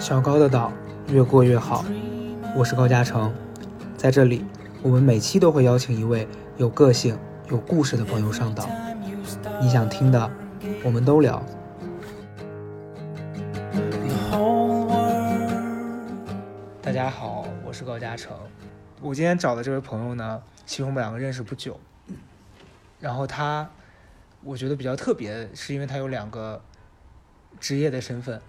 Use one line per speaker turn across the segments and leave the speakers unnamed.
小高的岛，越过越好。我是高嘉诚，在这里，我们每期都会邀请一位有个性、有故事的朋友上岛。啊你想听的，我们都聊。大家好，我是高嘉诚。我今天找的这位朋友呢，其实我们两个认识不久，然后他，我觉得比较特别，是因为他有两个职业的身份，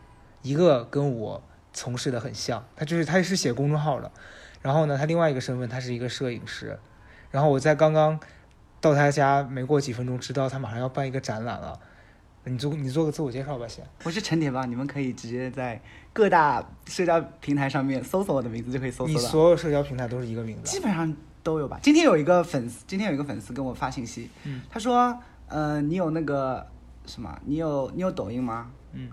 一个跟我从事的很像，他就是他是写公众号的，然后呢，他另外一个身份他是一个摄影师，然后我在刚刚到他家没过几分钟，知道他马上要办一个展览了，你做你做个自我介绍吧，先。
我是陈铁吧，你们可以直接在各大社交平台上面搜索我的名字就可以搜
你
索到，
所有社交平台都是一个名字
基
啊，
本上都有吧。今天有一个粉丝，今天有一个粉丝跟我发信息，
嗯
他说，呃，你有那个什么，你有你有抖音吗？
嗯，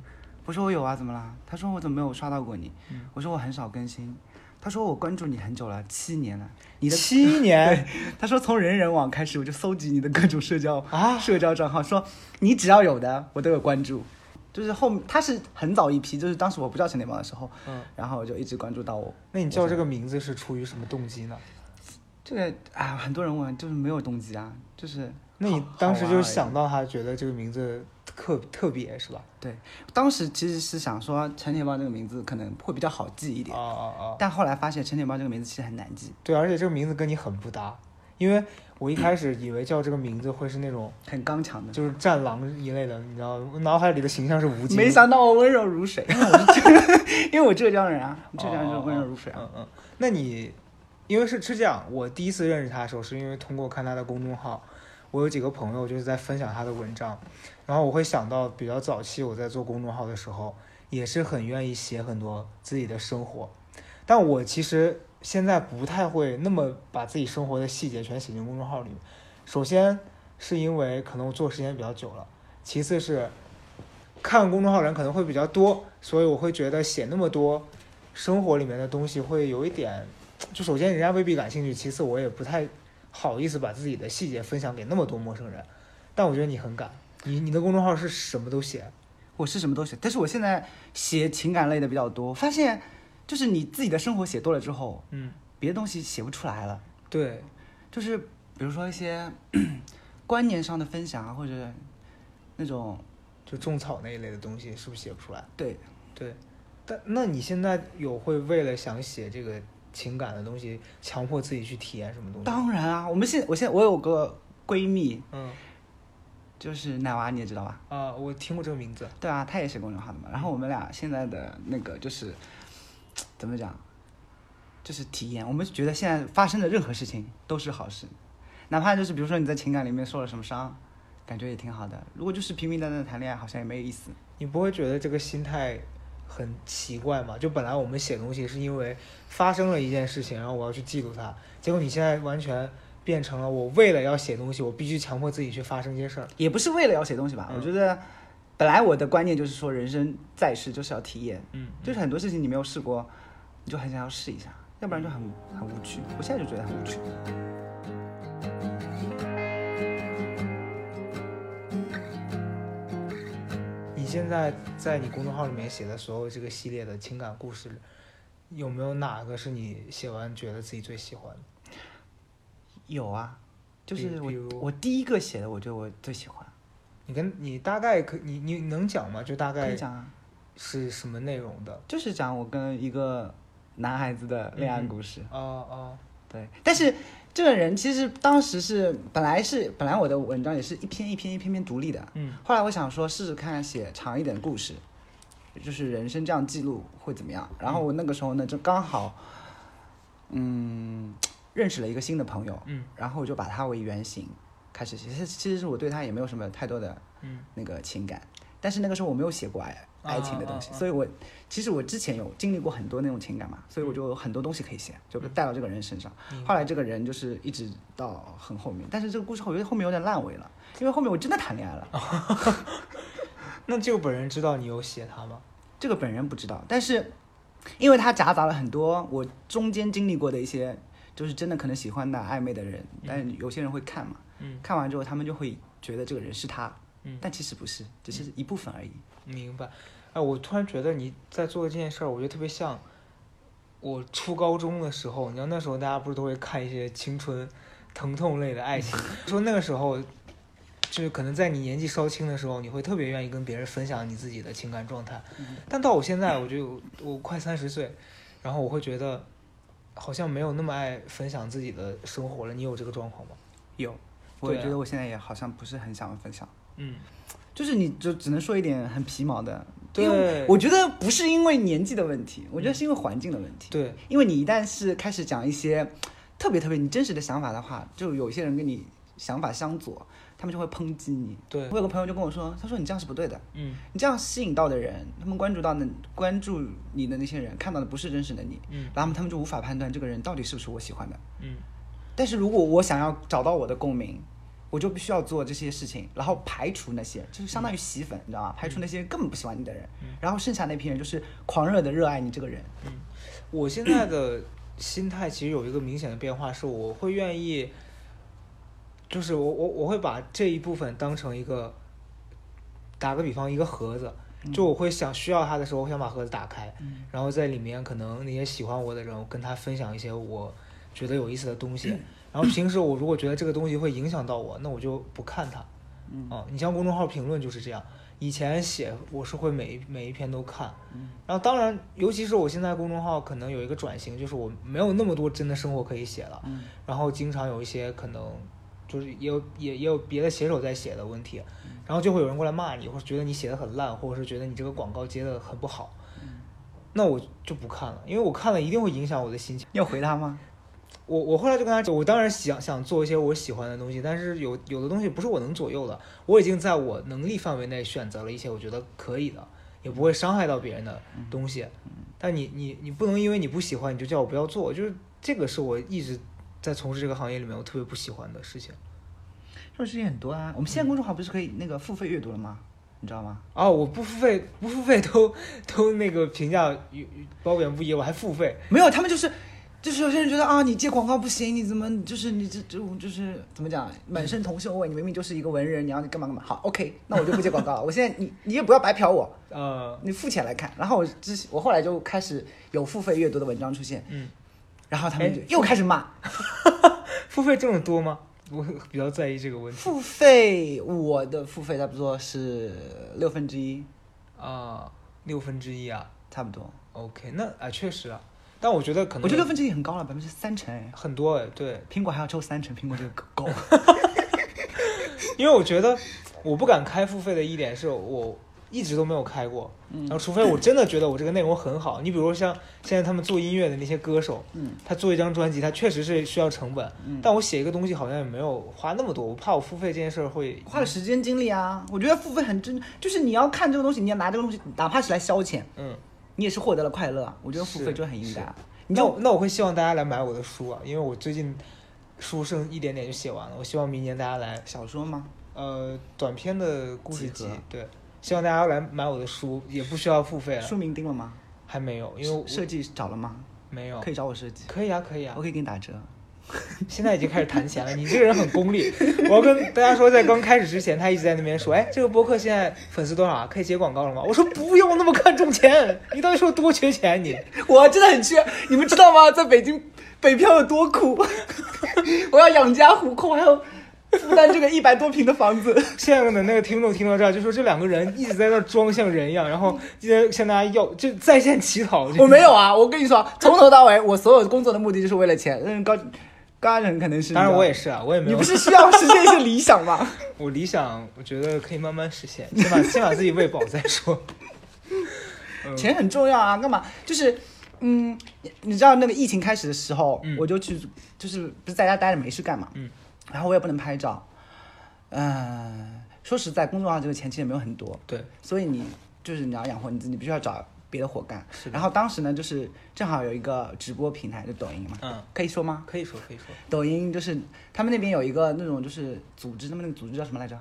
我说我有啊，怎么啦？他说我怎么没有刷到过你？
嗯
我说我很少更新。他说我关注你很久了，七年了。你的
七年
他说从人人网开始我就搜集你的各种社交
啊，
社交账号，说你只要有的我都有关注。就是后面他是很早一批，就是当时我不叫陈联邦的时候，
嗯，
然后我就一直关注到我。
那你叫这个名字是出于什么动机呢？
这个啊，很多人问，就是没有动机啊，就是
那你
好
当时
好玩
就
而
是
已
想到他，觉得这个名字特特别是吧？
对，当时其实是想说陈铁邦这个名字可能会比较好记一
哦
点，
哦哦，
但后来发现陈铁邦这个名字其实很难记，
对，而且这个名字跟你很不搭，因为我一开始以为叫这个名字会是那种
很刚强的。
就是战狼一类的，你知道，我脑海里的形象是吴京。
没想到我温柔如水，因为我是浙 因为我浙江人啊，浙江人就是温柔如水啊。
嗯嗯，那你因为是是这样，我第一次认识他的时候，是因为通过看他的公众号，我有几个朋友就是在分享他的文章，然后我会想到比较早期我在做公众号的时候，也是很愿意写很多自己的生活，但我其实现在不太会那么把自己生活的细节全写进公众号里面。首先是因为可能我做时间比较久了，其次是看公众号人可能会比较多，所以我会觉得写那么多生活里面的东西会有一点，就首先人家未必感兴趣，其次我也不太好意思把自己的细节分享给那么多陌生人。但我觉得你很敢，你你的公众号是什么都写，
我是什么都写，但是我现在写情感类的比较多，发现就是你自己的生活写多了之后，
嗯，
别的东西写不出来了。
对，
就是比如说一些 观念上的分享啊，或者那种
就种草那一类的东西是不是写不出来？
对
对，但那你现在有会为了想写这个情感的东西，强迫自己去体验什么东西？
当然啊，我们现我现在我有个闺蜜，
嗯
就是奶娃，你也知道吧？
啊，我听过这个名字，
对啊，她也写公众号的嘛。然后我们俩现在的那个就是怎么讲，就是体验。我们觉得现在发生的任何事情都是好事，哪怕就是比如说你在情感里面受了什么伤，感觉也挺好的。如果就是平平淡淡的谈恋爱，好像也没有意思。
你不会觉得这个心态很奇怪吗？就本来我们写东西是因为发生了一件事情，然后我要去记录它，结果你现在完全变成了我为了要写东西，我必须强迫自己去发生一些事儿。
也不是为了要写东西吧，
嗯
我觉得本来我的观念就是说，人生在世就是要体验，
嗯，
就是很多事情你没有试过，你就很想要试一下，要不然就很很无趣。我现在就觉得很无趣。
你现在在你公众号里面写的所有这个系列的情感故事，有没有哪个是你写完觉得自己最喜欢的？
有啊，就
比
是我
比如
我第一个写的，我觉得我最喜欢，
你跟你大概可你你能讲吗？就大
可以
概
讲啊，
是什么内容的？
就是讲我跟一个男孩子的恋爱故事。
哦哦，
对，但是这个人其实当时是本来是本来我的文章也是一篇一篇一篇篇独立的，
嗯
后来我想说试试看写长一点的故事，就是人生这样记录会怎么样。然后我那个时候呢，就刚好，嗯，认识了一个新的朋友，
嗯
然后我就把他为原型开始写。其实其实是我对他也没有什么太多的
嗯
那个情感，但是那个时候我没有写过爱爱情的东西，
啊啊啊
所以我其实我之前有经历过很多那种情感嘛，所以我就有很多东西可以写，就带到这个人身上。
嗯
后来这个人就是一直到很后面，但是这个故事我觉得后面有点烂尾了，因为后面我真的谈恋爱了。
那就本人知道你有写他吗？
这个本人不知道，但是 因为他夹杂了很多我中间经历过的一些，就是真的可能喜欢的暧昧的人，但有些人会看嘛，
嗯
看完之后他们就会觉得这个人是他，
嗯
但其实不是，只是一部分而已。
明白。哎，我突然觉得你在做这件事儿，我觉得特别像我初高中的时候。你知道那时候大家不是都会看一些青春疼痛类的爱 情，说那个时候就是可能在你年纪稍轻的时候，你会特别愿意跟别人分享你自己的情感状态。但到我现在，我就我快三十岁，然后我会觉得好像没有那么爱分享自己的生活了。你有这个状况吗？
有，我也
对啊
觉得我现在也好像不是很想分享，
嗯，
就是你就只能说一点很皮毛的，因为
对，嗯
我觉得不是因为年纪的问题，我觉得是因为环境的问题。
对，
因为你一旦是开始讲一些特别特别你真实的想法的话，就有些人跟你想法相左，他们就会抨击你。
对，
我有个朋友就跟我说，他说你这样是不对的，
嗯
你这样吸引到的人，他们关注到的关注你的那些人看到的不是真实的你，
嗯
然后他们就无法判断这个人到底是不是我喜欢的。
嗯，
但是如果我想要找到我的共鸣，我就必须要做这些事情，然后排除那些，就是相当于洗粉，你知道吗？排除那些根本不喜欢你的人，然后剩下那批人就是狂热的热爱你这个人。
我现在的心态其实有一个明显的变化，是我会愿意，就是我我我会把这一部分当成一个，打个比方，一个盒子，就我会想需要它的时候，我想把盒子打开，
嗯
然后在里面可能那些喜欢我的人，我跟他分享一些我觉得有意思的东西。然后平时我如果觉得这个东西会影响到我，那我就不看它。嗯、你像公众号评论就是这样。以前写我是会每一每一篇都看，然后当然，尤其是我现在公众号可能有一个转型，就是我没有那么多真的生活可以写了，
嗯
然后经常有一些可能就是也有也也有别的写手在写的问题，然后就会有人过来骂你，或者觉得你写的很烂，或者是觉得你这个广告接的很不好，那我就不看了，因为我看了一定会影响我的心情。
你有回他吗？
我我后来就跟他讲，我当然想想做一些我喜欢的东西，但是有有的东西不是我能左右的，我已经在我能力范围内选择了一些我觉得可以的，也不会伤害到别人的东西。嗯但你你你不能因为你不喜欢你就叫我不要做，就是这个是我一直在从事这个行业里面我特别不喜欢的事情。
这种事情很多啊。我们现在公众号不是可以那个付费阅读了吗？你知道吗？
啊，我不付费不付费都都那个评价与与褒贬不一，我还付费。
没有，他们就是。就是有些人觉得啊，你接广告不行，你怎么就是你这这种就是怎么讲，满身铜臭味，你明明就是一个文人，你要你干嘛干嘛。好，OK，那我就不接广告了。我现在你你也不要白嫖我，
呃，
你付钱来看。然后我之前我后来就开始有付费阅读的文章出现，
嗯，
然后他们就又开始骂
付费挣得多吗？我比较在意这个问题
付费，我的付费差不多是六分之一，
啊，六分之一啊。
差不多。
OK，那啊确实啊，但我觉得可能
我觉得六分之一很高了，百分之三成哎。
很多哎，对，
苹果还要抽三成，苹果这个 狗。
因为我觉得我不敢开付费的一点是我一直都没有开过，
嗯
然后除非我真的觉得我这个内容很好，你比如像现在他们做音乐的那些歌手，
嗯，
他做一张专辑，他确实是需要成本，但我写一个东西好像也没有花那么多，我怕我付费这件事儿会
花了时间精力啊，我觉得付费很真，就是你要看这个东西，你要拿这个东西，哪怕是来消遣，
嗯，
你也是获得了快乐啊。我觉得付费
是
就很应该啊。你
那
就
我那我会希望大家来买我的书啊，因为我最近书剩一点点就写完了，我希望明年大家来
小说吗？
呃短篇的故事集
集合，
对，希望大家来买我的书，也不需要付费了，
书名定了吗？
还没有，因为我
设计找了吗？
没有，
可以哦找我设计，
可以啊，可以啊
我，可以给你打折。
现在已经开始谈钱了，你这个人很功利， 我要跟大家说，在刚开始之前，他一直在那边说，哎，这个播客现在粉丝多少啊？可以接广告了吗？我说不用那么看重钱， 你到底是有多缺钱你？
我真的很缺，你们知道吗？在北京北漂有多苦， 我要养家糊口，还要负担这个一百多平的房 子。
现在的那个听众听到这儿，就说这两个人一直在那儿装像人一样，然后今天向大家要就在线乞讨，
我没有啊，我跟你说，从头到尾，我所有工作的目的就是为了钱。嗯，高高安人可能是，
当然我也
是，
是啊，我也没
你
有
不。是需要实现一些理想吗？
我理想，我觉得可以慢慢实现，先把 先把自己喂饱再 说。
钱很重要啊，干嘛？就是，嗯，你你知道那个疫情开始的时候，
嗯
我就去，就是不是在家待着没事干嘛，
嗯，
然后我也不能拍照，嗯、说实在，公众号这个钱其实也没有很多，
对，
所以你就是你要养活你自己，你必须要找别的活干
是。的
然后当时呢，就是正好有一个直播平台，就抖音嘛，
嗯，
可以说吗？
可以说可以说，
抖音就是他们那边有一个那种就是组织，他们那个组织叫什么来着？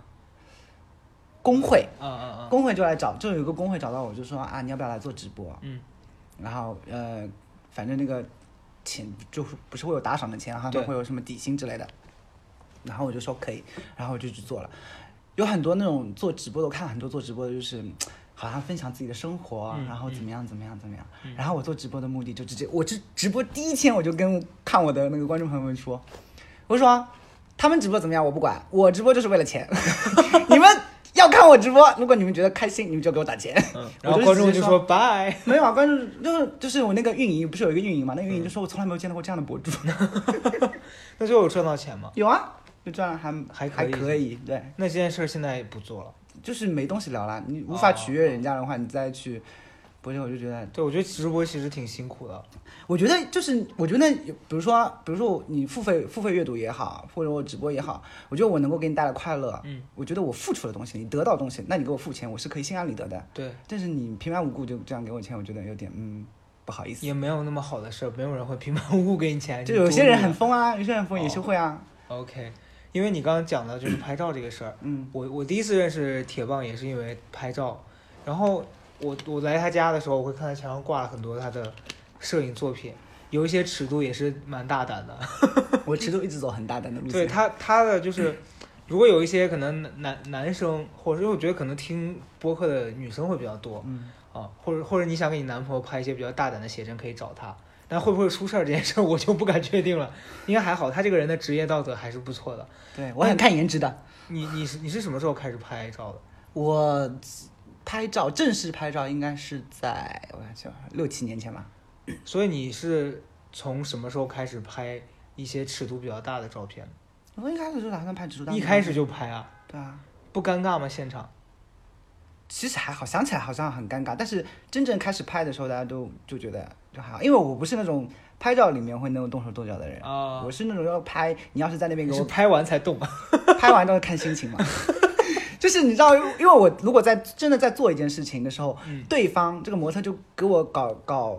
工会，
啊啊啊，
工会就来找，就有一个工会找到我，就说啊，你要不要来做直播？
嗯，
然后呃，反正那个钱就是不是会有打赏的钱哈，
对
会有什么底薪之类的。然后我就说可以，然后我就去做了。有很多那种做直播的，我看很多做直播的，就是嗯好像分享自己的生活，
嗯
然后怎么样怎么样怎么样。
嗯
然后我做直播的目的就直接，我直直播第一天我就跟看我的那个观众朋友们说，我说啊他们直播怎么样我不管，我直播就是为了钱， 你们要看我直播，如果你们觉得开心，你们就给我打钱。
嗯，
我
然后
就
观
直
众就
接说
说拜，
没有啊，观众就是就是我那个运营不是有一个运营嘛，那个运营就说我从来没有见到过这样的博主，
那 最后有赚到钱吗？
有啊，就这样还
还可
还
以
可以，对。
那这件事儿现在也不做了。
就是没东西聊了，你
哦
无法取悦人家的话，你再去，不是？我就觉得，
对，我觉得直播其实挺辛苦的。
我觉得就是，我觉得，比如说，比如说你付费付费阅读也好，或者我直播也好，我觉得我能够给你带来快乐，
嗯，
我觉得我付出了东西，你得到东西，那你给我付钱，我是可以心安理得的。
对，
但是你平白无故就这样给我钱，我觉得有点嗯不好意思。
也没有那么好的事儿，没有人会平白无故给你钱。
就
哎你
有些人很
多
疯啊，有些人很疯
哦
也是会啊，
虑了 OK，因为你刚刚讲到就是拍照这个事儿，
嗯
我我第一次认识铁棒也是因为拍照，然后我我来他家的时候，我会看他墙上挂了很多他的摄影作品，有一些尺度也是蛮大胆的。
我其实都一直走很大胆的路
对
线。
他他的就是，如果有一些可能男男男生，或者因为我觉得可能听播客的女生会比较多
嗯，
啊，或者或者你想给你男朋友拍一些比较大胆的写真，可以找他。但会不会出事儿这件事儿， 我就不敢确定了。应该还好，他这个人的职业道德还是不错的。
对我很看颜值的。
你你是你是什么时候开始拍照的？
我拍照正式拍照应该是在我想想六七年前吧，
所以你是从什么时候开始拍一些尺度比较大的照片？
我一开始就打算拍蜘蛛大
一开始就拍啊，
对啊，
不尴尬吗？现场？
其实还好，想起来好像很尴尬，但是真正开始拍的时候，大家都就觉得就还好，因为我不是那种拍照里面会那种动手动脚的人。
啊、
我是那种要拍，你要是在那边
你
给
是
我
拍完才动啊？
拍完，都是看心情嘛。 就是你知道，因为我如果在真的在做一件事情的时候，
嗯
对方这个模特就给我搞搞，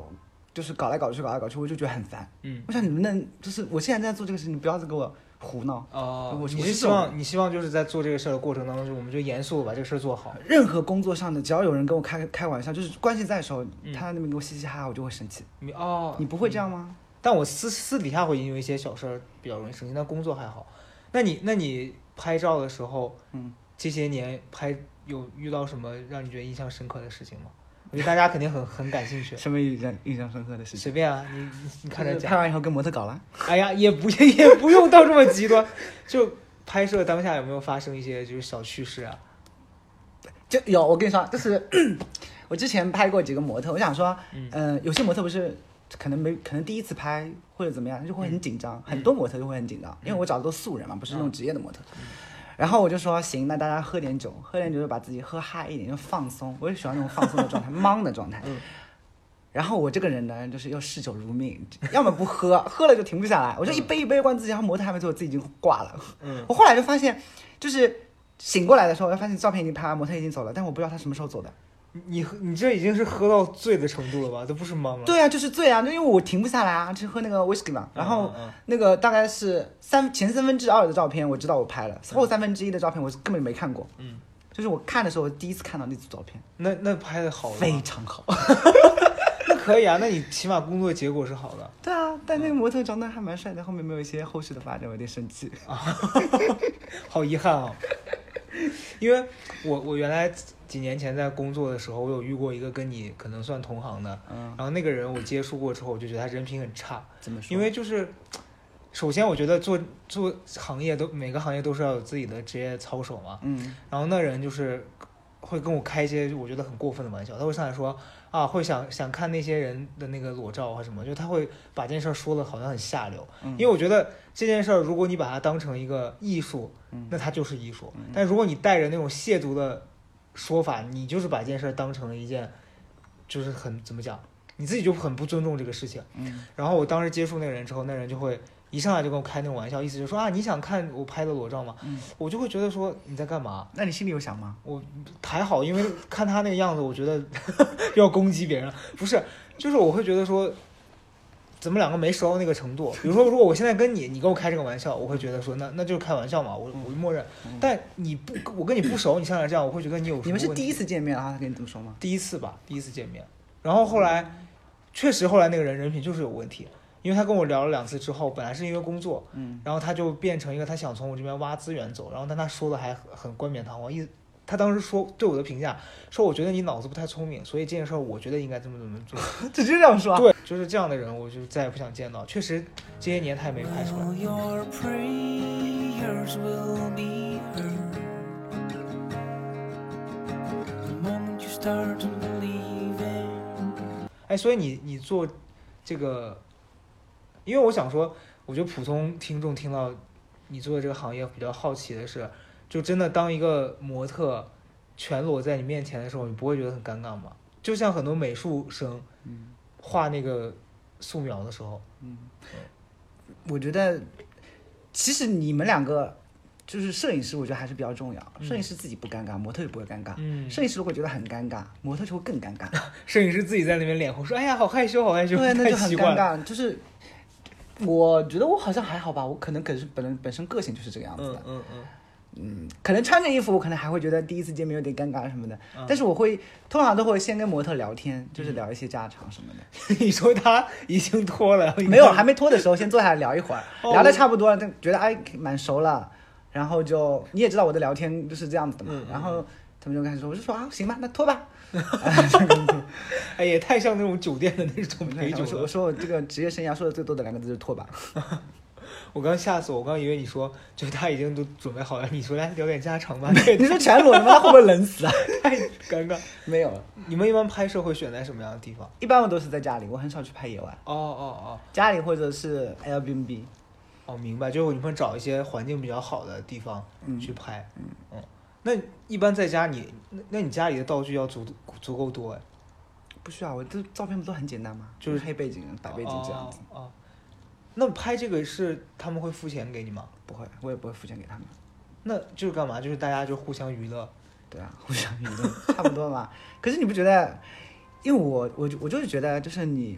就是搞来搞去，搞来搞去，我就觉得很烦。
嗯。
我想你们能，就是我现在正在做这个事情，你不要再给我胡闹。
哦，
我
你
我
是
是
希
这种
望你希望就是在做这个事儿的过程当中，就我们就严肃地把这个事儿做好。
任何工作上的，只要有人跟我开开玩笑，就是关系在手，
嗯
他那边给我嘻嘻哈哈，我就会生气。
你哦，
你不会这样吗？
但我私私底下会因为一些小事儿比较容易生气，但工作还好。那你那你拍照的时候，
嗯，
这些年拍有遇到什么让你觉得印象深刻的事情吗？我觉得大家肯定很很感兴趣。
什么印象印象深刻的事情？
随便啊，你你你看着
就是
讲
拍。完以后跟模特搞了，
哎呀，也不也不用到这么极端，就拍摄当下有没有发生一些就是小趣事啊？
就有我跟你说，就是 我之前拍过几个模特，我想说，
嗯
呃，有些模特不是可能没可能第一次拍或者怎么样，就会很紧张，很多模特就会很紧张，
嗯
因为我找的都是素人嘛，不是那种职业的模特。然后我就说行，那大家喝点酒，喝点酒就把自己喝嗨一点，就放松。我就喜欢那种放松的状态，忙 的状态。
嗯
然后我这个人呢，就是要嗜酒如命，要么不喝，喝了就停不下来。我就一杯一杯灌自己，然后模特还没做，我自己已经挂了。
嗯
我后来就发现，就是醒过来的时候，我发现照片已经拍完，模特已经走了，但我不知道他什么时候走的。
你你喝你这已经是喝到醉的程度了吧？都不是懵了。
对啊，就是醉啊，就因为我停不下来啊，就喝那个 whisky 嘛。然后
嗯嗯
那个大概是三前三分之二的照片，我知道我拍了，后三分之一的照片我是根本没看过。
嗯，
就是我看的时候，我第一次看到那组照片，
那那拍的好了
非
吗，
常好。
那可以啊，那你起码工作结果是好的。
对啊，但
嗯
那个模特长得还蛮帅的，后面没有一些后续的发展，我有点生气。
好遗憾哦， 因为我我原来几年前在工作的时候，我有遇过一个跟你可能算同行的，
嗯，
然后那个人我接触过之后，我就觉得他人品很差，
怎么说？
因为就是，首先我觉得做做行业都每个行业都是要有自己的职业操守嘛，
嗯，
然后那人就是会跟我开一些我觉得很过分的玩笑，他会上来说啊，会想想看那些人的那个裸照啊什么，就他会把这件事儿说的好像很下流，
嗯
因为我觉得这件事儿如果你把它当成一个艺术，
嗯
那它就是艺术，但如果你带着那种亵渎的说法，你就是把这件事儿当成了一件，就是很怎么讲，你自己就很不尊重这个事情。
嗯
然后我当时接触那个人之后，那人就会一上来就跟我开那种玩笑，意思就是说啊，你想看我拍的裸照吗？
嗯
我就会觉得说你在干嘛？
那你心里有想吗？
我还好，因为看他那个样子，我觉得 要攻击别人了，不是，就是我会觉得说，咱们两个没熟到那个程度。比如说，如果我现在跟你，你跟我开这个玩笑，我会觉得说那那就是开玩笑嘛，我我就默认。
嗯
但你不，我跟你不熟，你上来这样，我会觉得你有什么
你们是
问题
第一次见面，然啊后他跟你这么说吗？
第一次吧，第一次见面。然后后来，确实后来那个人人品就是有问题，因为他跟我聊了两次之后，本来是因为工作，
嗯，
然后他就变成一个他想从我这边挖资源走，然后但他说的还很很冠冕堂皇，意他当时说对我的评价说我觉得你脑子不太聪明，所以这件事儿我觉得应该怎么怎么做。
直接这样说啊。
对，就是这样的人，我就再也不想见到。确实这些年他也没拍出来。
All your prayers will be heard. The moment you start to believe it.
哎，所以你你做这个，因为我想说，我觉得普通听众听到你做的这个行业比较好奇的是，就真的当一个模特全裸在你面前的时候，你不会觉得很尴尬吗？就像很多美术生
嗯
画那个素描的时候，
我觉得，其实你们两个就是摄影师，我觉得还是比较重要。
嗯
摄影师自己不尴尬，模特就不会尴尬。
嗯
摄影师如果觉得很尴尬，模特就会更 尴尬。
摄影师自己在那边脸红说：“哎呀，好害羞，好害羞。”
对，啊那
太
就很
奇怪
尴
了。
尬。就是我觉得我好像还好吧，我可能可是本人本身个性就是这个样子的。
嗯嗯嗯
嗯，可能穿着衣服，我可能还会觉得第一次见面有点尴尬什么的。
嗯
但是我会通常都会先跟模特聊天，就是聊一些家常什么的。
你说他已经脱了，
没有，还没脱的时候，先坐下来聊一会儿，
嗯 哦
聊的差不多了，但觉得哎蛮熟了，然后就你也知道我的聊天就是这样子的嘛，
嗯嗯
然后他们就开始说，我就说啊行吧，那 脱吧，
哎也太像那种酒店的那种陪酒
我说我
了。
说我这个职业生涯说的最多的两个字就是脱吧，
我刚吓死我，我刚以为你说就他已经都准备好了，你说来聊点家 常吧，这也
你说全裸，你妈会不会 冷死啊？
太尴尬。
没有，
你们一般拍摄会选在什么样的地方？
一般我都是在家里，我很少去拍野外，
哦哦
家里或者是 Airbnb，
哦哦，明白，就是你们找一些环境比较好的地方
嗯
去拍。嗯那一般在家你，那那你家里的道具要足足够多哎，
不需要，我这照片不都很简单吗？
就是
黑背景、白背景这样子，
哦。哦那拍这个是他们会付钱给你吗？
不会，我也不会付钱给他们。
那就是干嘛？就是大家就互相娱乐。
对啊， 互相娱乐差不多嘛。可是你不觉得？因为我我就我就是觉得，就是你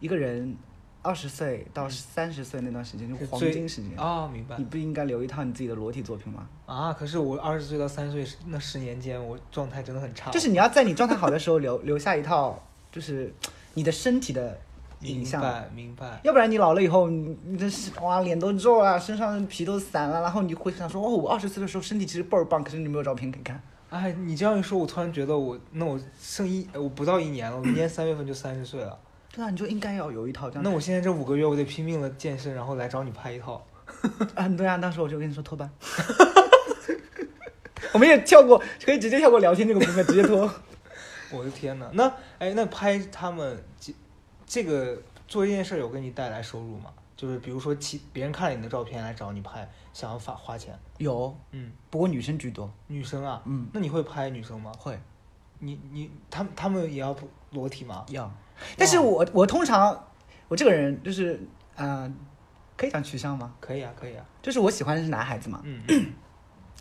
一个人二十岁到三十岁那段时间，就黄
最
金时间，
哦，明白
你不应该留一套你自己的裸体作品吗？
啊。可是我二十岁到三十岁是那十年间，我状态真的很差。
就是你要在你状态好的时候留留下一套，就是你的身体的影
明
像。
白明白。
要不然你老了以后，你你的是哇脸都皱了，身上皮都散了，然后你会想说，哦，我二十岁的时候身体其实倍儿棒，可是你没有照片可以看。
哎，你这样一说，我突然觉得我那我剩一我不到一年了，我明年三月份就三十岁了。
对啊，你就应该要有一套这样
那我现在这五个月，我得拼命的健身，然后来找你拍一套。
啊，对啊，当时我就跟你说脱吧。 我们也跳过，可以直接跳过聊天这个部分，直接脱。
我的天呐，那哎，那拍他们这这个做这件事儿有给你带来收入吗？就是比如说其别人看了你的照片来找你拍，想要花花钱。
有，
嗯，
不过女生居多。
女生啊，
嗯，
那你会拍女生吗？
会
你你他们他们也要裸体吗？
要，但是我我通常我这个人就是，呃，可以讲取向吗？
可以啊，可以啊，
就是我喜欢的是男孩子嘛，
嗯，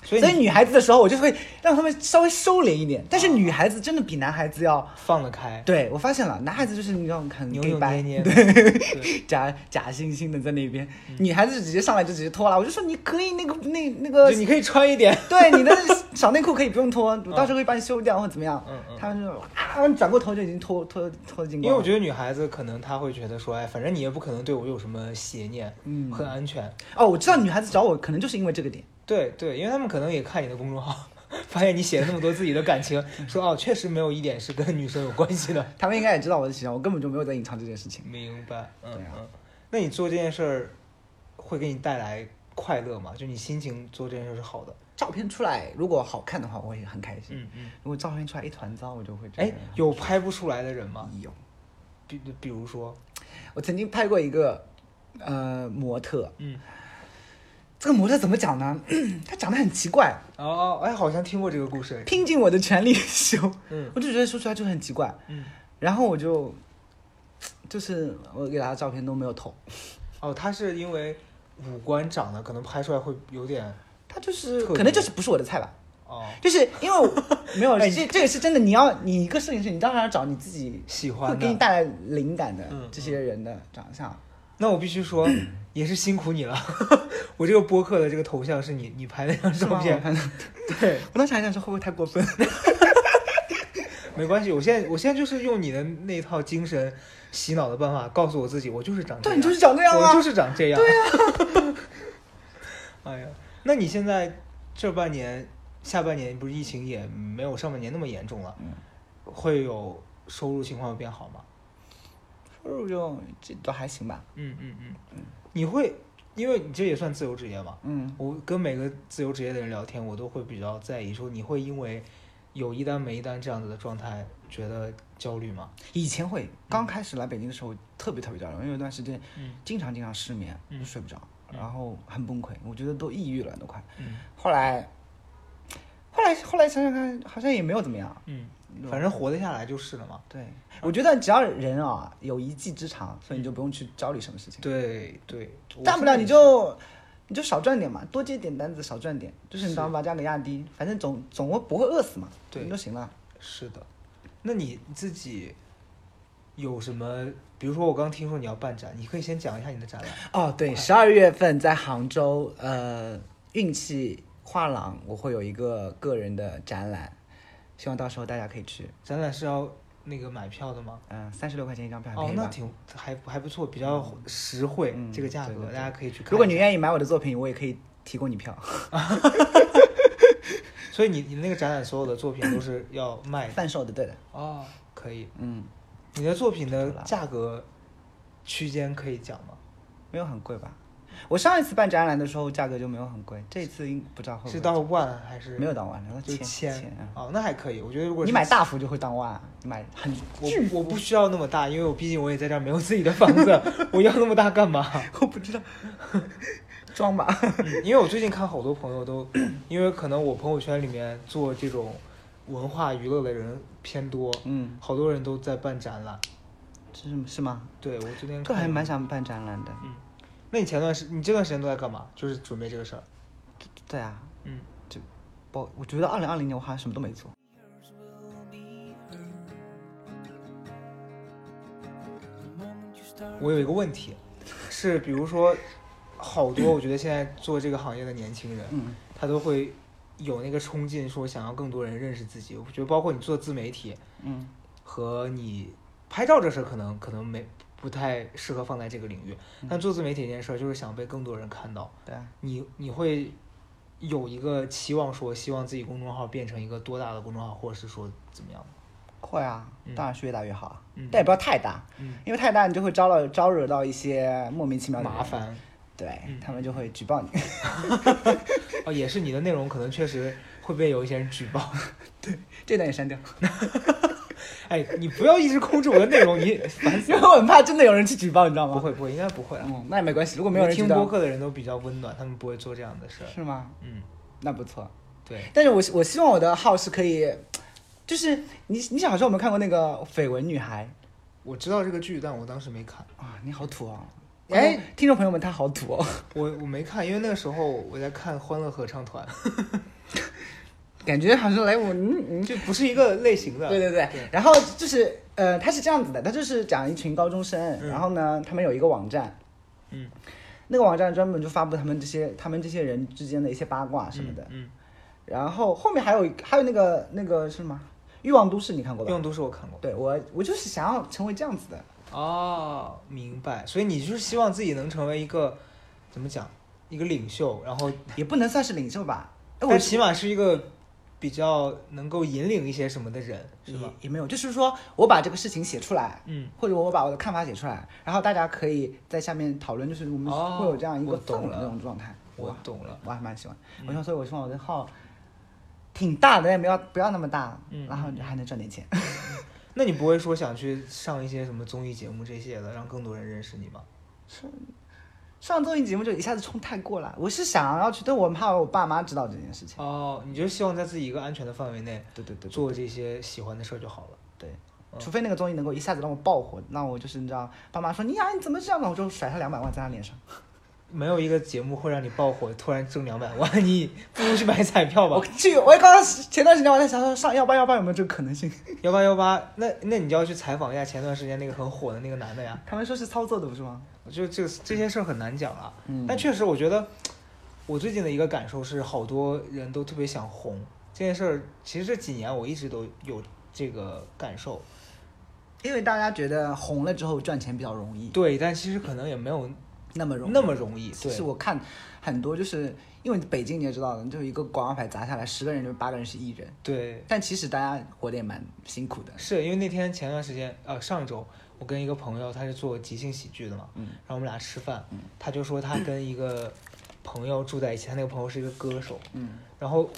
所
所
以你
女孩子的时候，我就会让他们稍微收敛一点。但是
啊
女孩子真的比男孩子要，
放得开，
对我发现了，男孩子就是你让我看
扭
gay
扭
掰
捏 捏的，对，
假假惺惺的在那边，
嗯
女孩子直接上来就直接脱了，我就说你可以那个那那个
就你可以穿一点，
对，你的小内裤可以不用脱，我到时候会帮你修掉或者怎么样。
嗯嗯
他们就啊，转过头就已经脱脱脱进
因为我
得，
觉得女孩子可能她会觉得说，哎，反正你也不可能对我有什么邪念，
嗯
很安全，
哦，我知道女孩子找我可能就是因为这个点，
对对，因为他们可能也看你的公众号，发现你写了那么多自己的感 情，说哦，确实没有一点是跟女生有关系的，
他们应该也知道我的形象，我根本就没有在隐藏这件事情。
明白，嗯
对啊
嗯，那你做这件事儿会给你带来快乐吗？就你心情做这件事儿是好的，
照片出来如果好看的话，我会很开心；
嗯嗯，
如果照片出来一团糟，我就会觉得
哎，有拍不出来的人吗？
有。
比比如说，
我曾经拍过一个呃模特，
嗯，
这个模特怎么讲呢？ 她长得很奇怪，
哦哦，哎，好像听过这个故事，
拼尽我的全力修，
嗯
我就觉得说出来就很奇怪。
嗯，
然后我就，就是我给他的照片都没有投，
哦，他是因为五官长得可能拍出来会有点，
他就是
特别
可能就是不是我的菜吧，
哦，
就是因为我 没有
哎
这这个是真的，你要你一个摄影师，你当然要找你自己
喜
会
欢
给你
的。
带来灵感的
嗯
这些人的长相，
那我必须说，也是辛苦你了。 我这个播客的这个头像是你你拍那张
是
照
吗？我
片，
看到
对，
我当时还想说会不会太过分？
没关系，我现在我现在就是用你的那套精神洗脑的办法，告诉我自己，我就是长这
对
样，
你就是长这样
我就
啊。
是长这样。对呀、 哎呀，那你现在这半年、下半年不是疫情也没有上半年那么严重了，
嗯
会有收入情况会变好吗？
收入就这都还行吧。
嗯嗯嗯，你会，因为你这也算自由职业嘛。
嗯，
我跟每个自由职业的人聊天，我都会比较在意，说你会因为有一单没一单这样子的状态觉得焦虑吗？
以前会刚开始来北京的时候特别特别焦虑，因为有一段时间
嗯
经常经常失眠，
嗯
就睡不着，
嗯
然后很崩溃，我觉得都抑郁了都快。
嗯
后来，后来后来想想看，好像也没有怎么样。
嗯，反正活得下来就是了嘛。
对，我觉得只要人啊有一技之长，所以你就不用去焦虑什么事情。
对对，我
大不了你
现在也是
就你就少赚点嘛，多接点单子，少赚点，就是你当把价格压低，反正总总会不会饿死嘛，
对
你就行了。
是的。那你自己有什么？比如说，我刚听说你要办展，你可以先讲一下你的展览。
哦，对，十二月份在杭州呃运气画廊，我会有一个个人的展览，希望到时候大家可以去。
展览是要那个买票的吗？
嗯，三十六块钱一张票，
哦
很便，宜吧？
那挺还还不错，比较实惠，
嗯
这个价格
对对对
大家可以去看一下。
如果你愿意买我的作品，我也可以提供你票，
所以你你那个展览所有的作品都 是要卖的
贩哎售的，对的。
哦，可以。
嗯，
你的作品的
好啦
价格区间可以讲吗？
没有很贵吧？我上一次办展览的时候价格就没有很贵，这次应不知道会不会
是到万还是
没有到万，然后
就
千
千
千。嗯
哦，那还可以。我觉得如果
你
是
买大幅就会当万啊，你买很
我
巨
我不需要那么大，因为我毕竟我也在这儿没有自己的房子， 我要那么大干嘛？
我不知道， 装吧。
嗯因为我最近看好多朋友都，因为可能我朋友圈里面做这种文化娱乐的人偏多，
嗯，
好多人都在办展览。
这是是吗？
对我昨天
这还
看，
蛮想办展览的。
那你前段时你这段时间都在干嘛？就是准备这个事儿。
对啊，
嗯，
不，我觉得二零二零年我好像什么都没做。
Yours will be heard. The moment you start
我有一个问题，是比如说，好多我觉得现在做这个行业的年轻人，
嗯
他都会有那个冲劲，说想要更多人认识自己。我觉得包括你做自媒体
嗯
和你拍照这事儿，可能可能没不太适合放在这个领域，
嗯
但做自媒体这件事儿，就是想被更多人看到。
对啊，
你你会有一个期望，说希望自己公众号变成一个多大的公众号，或者是说怎么样？
快啊
嗯，
当然是越大越好啊，
嗯
但也不要太大，
嗯，
因为太大你就会招了招惹到一些莫名其妙的人
麻。烦。
对
嗯
他们就会举报你。
哦，也是你的内容可能确实会被有一些人举报。
这段也删掉，
哎，你不要一直控制我的内容， 你烦死
因为
了。
我很怕真的有人去举报，你知道吗？
不，会不会，应该不会啊。
嗯，那也没关系。如果没有人
听
举报
播客的人都比较温暖，他们不会做这样的事儿。
是吗？
嗯，
那不错。
对，
但是我我希望我的号是可以，就是你你小时候有没有看过那个《绯闻女孩
我知道这个剧，但我当时没看，》
啊？你好土哦！
哎
哎，听众朋友们，他好土哦！
我我没看，因为那个时候我在看《欢乐合唱团
感觉好像来我嗯嗯》，，
这不是一个类型的。
对对对。然后就是呃，他是这样子的，他就是讲一群高中生，
嗯
然后呢，他们有一个网站，
嗯，
那个网站专门就发布他们这些他们这些人之间的一些八卦什么的。
嗯，
然后后面还有还有那个那个是什么《欲望都市》，你看
嗯
过吧？
欲望都市我看过。
对我，我就是想要成为这样子的，
哦，明白。所以你就是希望自己能成为一个怎么讲，一个领袖，然后
也不能算是领袖吧。哎，我
但起码哎是一个比较能够引领一些什么的人，是
也
吧？
也没有，就是说我把这个事情写出来，
嗯，
或者我把我的看法写出来，然后大家可以在下面讨论，就是我们
哦
会有这样一
我
个氛
懂
围
了
的这种状态。
我
哇
懂了。
我还蛮喜欢。
嗯
我想，所以我希望我的号挺大的，但也不要不要那么大，
嗯
然后还能赚点钱。
那你不会说想去上一些什么综艺节目这些的，让更多人认识你吗？
上综艺节目就一下子冲太过了，我是想要去，但我怕我爸妈知道这件事情。
哦，你就希望在自己一个安全的范围内
对对对，对
做这些喜欢的事儿就好了。
对
嗯，
除非那个综艺能够一下子让我爆火，让我就是你知道，爸妈说你呀、你怎么这样呢？我就甩他两百万在他脸上。
没有一个节目会让你爆火，突然挣两百万，你不如去买彩票
我
吧。
去，我刚刚前段时间我在想说上幺八幺八有没有这个可能性？
幺八幺八，那那你就要去采访一下前段时间那个很火的那个男的呀。
他们说是操作的不是吗？
我就这这些事儿很难讲啊。
嗯
但确实，我觉得我最近的一个感受是，好多人都特别想红这件事儿。其实这几年我一直都有这个感受。
因为大家觉得红了之后赚钱比较容易，
对，但其实可能也没有
那么容易，
那么容易。
其实
对，
我看很多，就是因为北京你也知道的，就一个广告牌砸下来，十个人就八个人是艺人，
对，
但其实大家活得也蛮辛苦的。
是因为那天前段时间，呃，上周我跟一个朋友，他是做即兴喜剧的嘛，
嗯
然后我们俩吃饭，他就说他跟一个朋友住在一起，他那个朋友是一个歌手，
嗯
然后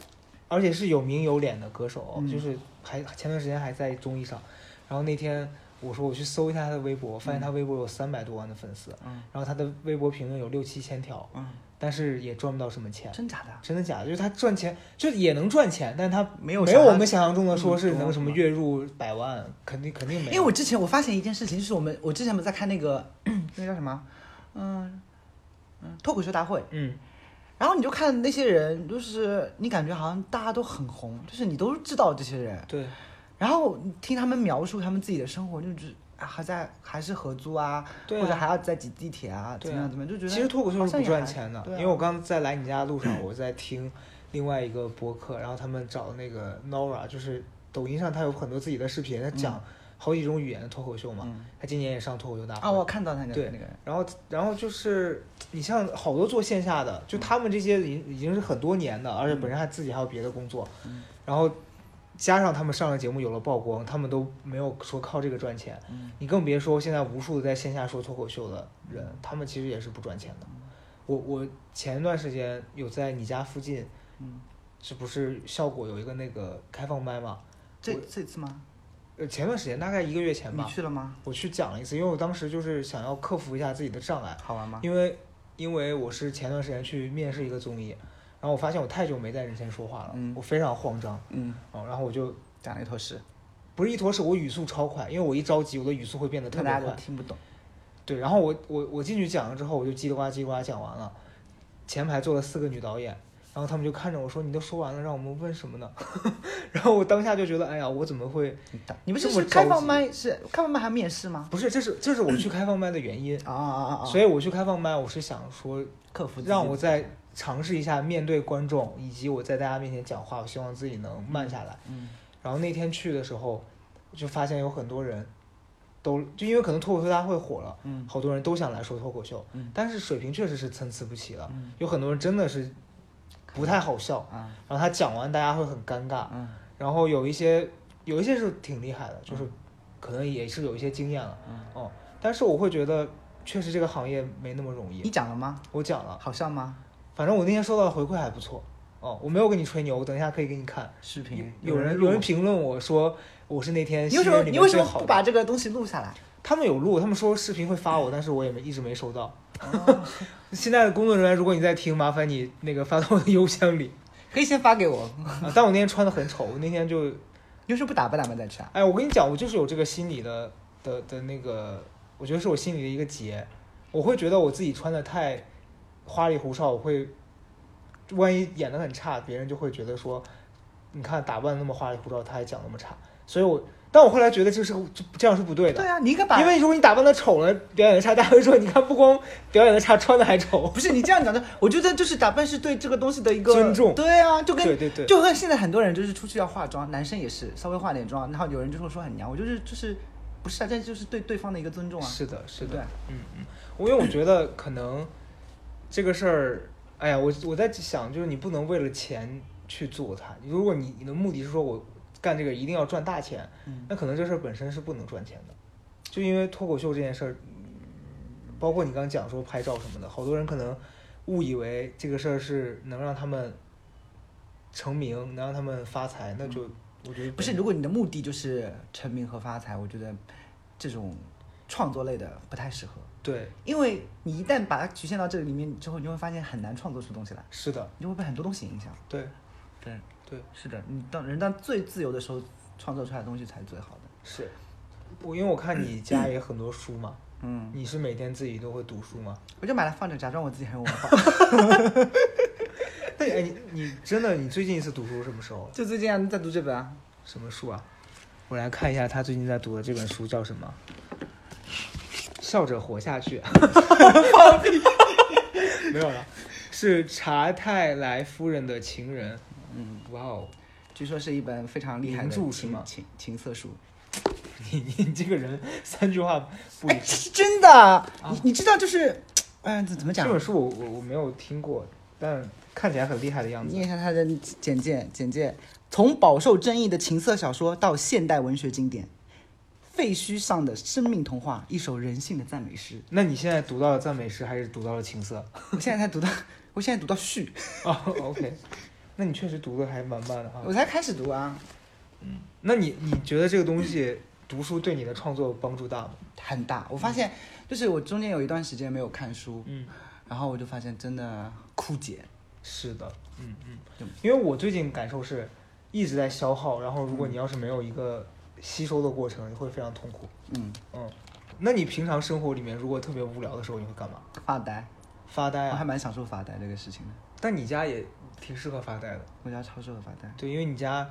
而且是有名有脸的歌手哦，
嗯
就是还前段时间还在综艺上，然后那天我说我去搜一下他的微博，发现他微博有三百多万的粉丝，
嗯
然后他的微博评论有六七千条，
嗯，
但是也赚不到什么钱。
真假的？
真的假的？就是他赚钱，就是也能赚钱，但他
没有
没
想
有
象
我们想象中的说是
嗯
能什么
多
月入百万，肯定肯定没
因为我
有。
之前我发现一件事情，就是我们我之前不是在看那个 那个叫什么，嗯嗯脱口秀大会，
嗯，
然后你就看那些人，就是你感觉好像大家都很红，就是你都知道这些人，
对，
然后你听他们描述他们自己的生活，就是啊还在还是合租啊，
对啊
或者还要再挤地铁啊，
对
怎
啊
么样怎么样，就觉得
其实脱口秀
好
是
像
不
也
赚
还
钱的，
对啊
因为我刚在来你家的路上，我在听另外一个播客，然后他们找那个 Nora，就是抖音上他有很多自己的视频，他讲好几种语言的脱口秀嘛。
嗯
他今年也上脱口秀大会。
啊，我看到那个
对
那个人，
然后，然后就是你像好多做线下的，就
嗯
他们这些已已经是很多年的，而且本身还自己还有别的工作，
嗯
然后加上他们上了节目有了曝光，他们都没有说靠这个赚钱。
嗯
你更别说现在无数的在线下说脱口秀的人，他们其实也是不赚钱的。我我前一段时间有在你家附近，
嗯，
这不是效果有一个那个开放麦嘛？
这
我
这次吗？
呃，前段时间大概一个月前
你
吧，
去了吗？
我去讲了一次，因为我当时就是想要克服一下自己的障碍，
好玩吗？
因为因为我是前段时间去面试一个综艺，然后我发现我太久没在人前说话了，
嗯
我非常慌张，
嗯，
哦，然后我就
讲了一坨屎，
不是一坨屎，我语速超快，因为我一着急，我的语速会变得特别
大家
快
都。听不懂。
对，然后我我我进去讲了之后，我就叽里呱啦叽里呱啦讲完了，前排坐了四个女导演，然后她们就看着我说：“你都说完了，让我们问什么呢？” 然后我当下就觉得，哎呀，我怎么会？
你们是
这么
是开
着
放
急
麦是开放麦还面试吗？
不是，这是这是我去开放麦的原因。
啊啊 啊啊！
所以我去开放麦，我是想说，
客服
让我再尝试一下面对观众，以及我在大家面前讲话，我希望自己能慢下来。
嗯
然后那天去的时候，就发现有很多人都就因为可能脱口秀大会火了，
嗯
好多人都想来说脱口秀，
嗯
但是水平确实是参差不齐的，
嗯
有很多人真的是不太好笑，
啊
然后他讲完大家会很尴尬，
嗯
然后有一些有一些是挺厉害的，就是可能也是有一些经验了，
嗯
哦，但是我会觉得确实这个行业没那么容
你
易。
讲了吗？
我讲了，
好笑吗？
反正我那天收到的回馈还不错，哦，我没有跟你吹牛，我等一下可以给你看。
视
有
频
有人
录
有人
吗
评论我说我是那天
你为什
新
么
人里
你
面
为什
最
么
好
不
的
把这个东西录下来？
他们有录，他们说视频会发我，但是我也没一直没收到。
哦
现在的工作人员，如果你在听，麻烦你那个发到我的邮箱里。
可以先发给我。
啊 但我那天穿的很丑，我那天就，
你为什么不打扮打扮再去啊？
哎，我跟你讲，我就是有这个心理的的的那个，我觉得是我心里的一个结，我会觉得我自己穿的太花里胡哨，我会万一演的很差，别人就会觉得说，你看打扮得那么花里胡哨，他还讲那么差，所以我，但我后来觉得这是这这样是不对的
对。啊，你应该把
因为如果你打扮的丑了，表演的差，大家会说你看不光表演的差，穿的还丑。
不是你这样讲的，我觉得就是打扮是对这个东西的一个
尊重
对啊，就跟
对对对
就跟现在很多人就是出去要化妆，男生也是稍微化点妆，然后有人就会说很娘，我就是就是不是啊，这就是对对方的一个尊重啊。
是的，是
对不对
的，嗯嗯，我因为我觉得可能这个事儿，哎呀，我我在想，就是你不能为了钱去做它。如果你你的目的是说我干这个一定要赚大钱，
嗯
那可能这事儿本身是不能赚钱的，就因为脱口秀这件事儿，包括你刚讲说拍照什么的，好多人可能误以为这个事儿是能让他们成名，能让他们发财，那就我觉得
嗯不是，如果你的目的就是成名和发财，我觉得这种创作类的不太适合，
对，
因为你一旦把它局限到这个里面之后，你就会发现很难创作出东西来，
是的，
你就会被很多东西影响。
对
对，
对
是的，你当人当最自由的时候，创作出来的东西才是最好的。
是。我因为我看你家也很多书嘛，
嗯，
你是每天自己都会读书 吗？
我就买来放着，假装我自己很有文化。
那哎，你你真的你最近一次读书是什么时候了？
就最近啊，在读这本啊，
什么书啊？我来看一下他最近在读的这本书叫什么，《笑着活下 去》。 没有了，是查泰莱夫人的情人。
嗯，
哇哦，
据说是一本非常厉害
名
的
著是
情
吗
情情色书。
你你这个人三句话不离
哎，这是真的，你你知道就是，嗯、怎怎么讲
这？本书我我我没有听过，但看起来很厉害的样
念
子。
一下他的简介，简介：从饱受争议的情色小说到现代文学经典，废墟上的生命童话，一首人性的赞美诗。
那你现在读到了赞美诗，还是读到了情色？
我现在才读到，我现在读到序，
哦，OK，那你确实读的还蛮慢的哈
我。才开始读啊，
那你你觉得这个东西读书对你的创作帮助大吗？
很大。我发现，就是我中间有一段时间没有看书，
嗯，
然后我就发现真的枯竭。
是的，嗯
对
嗯，因为我最近感受是一直在消耗，然后如果你要是没有一个吸收的过程，会非常痛苦。
嗯，
嗯，那你平常生活里面如果特别无聊的时候，你会干嘛？
发呆，
发呆
我还
啊？
蛮享受发呆这个事情的。
但你家也挺适合发呆的，
我家超适合发呆。
对，因为你家，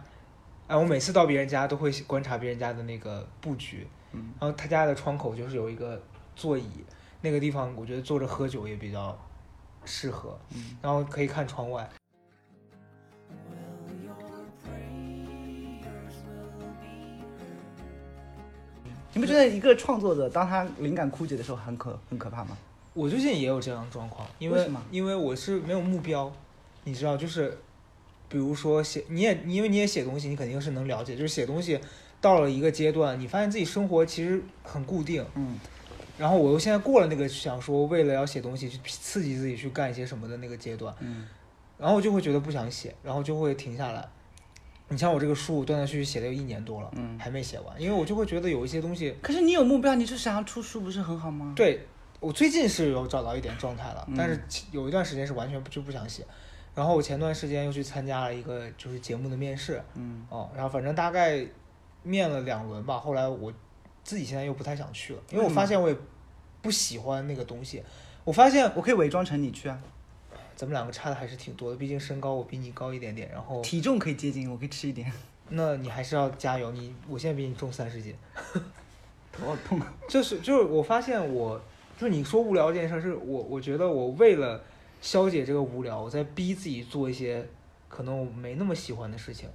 哎，我每次到别人家都会观察别人家的那个布局，
嗯，
然后他家的窗口就是有一个座椅，那个地方我觉得坐着喝酒也比较适合，
嗯
然后可以看窗外。
Will your prayers will be heard?
你不觉得一个创作者当他灵感枯竭的时候很可很可怕吗？
我最近也有这样的状况，因
为
为
什么
因为我是没有目标，你知道，就是比如说写，你也你因为你也写东西，你肯定是能了解，就是写东西到了一个阶段，你发现自己生活其实很固定，
嗯
然后我又现在过了那个想说为了要写东西去刺激自己去干一些什么的那个阶段，
嗯。
然后我就会觉得不想写，然后就会停下来。你像我这个书，我断断续续写了有一年多了，
嗯
还没写完，因为我就会觉得有一些东西，
可是你有目标，你就想要出书，不是很好吗？，
对我最近是有找到一点状态了，
嗯
但是其有一段时间是完全不就不想写。然后我前段时间又去参加了一个就是节目的面试，
嗯
哦，然后反正大概面了两轮吧，后来我自己现在又不太想去了，因为我
为什
发
么
现我也不喜欢那个东西。我发现
我可以伪装成你去啊，
咱们两个差的还是挺多的，毕竟身高我比你高一点点，然后
体重可以接近，我可以吃一点。
那你还是要加油，你我现在比你重三十斤，
头好痛啊！
就是就是我发现我就是你说无聊这件事儿，是我我觉得我为了消解这个无聊，我在逼自己做一些可能我没那么喜欢的事情，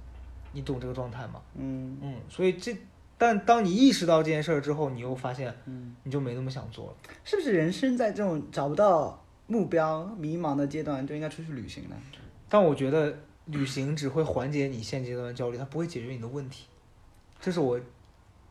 你懂这个状态吗？
嗯
嗯，所以这但当你意识到这件事儿之后，你又发现
嗯，
你就没那么想做了。
是不是人生在这种找不到目标、迷茫的阶段，就应该出去旅行呢？
但我觉得旅行只会缓解你现阶段的焦虑，它不会解决你的问题。这是我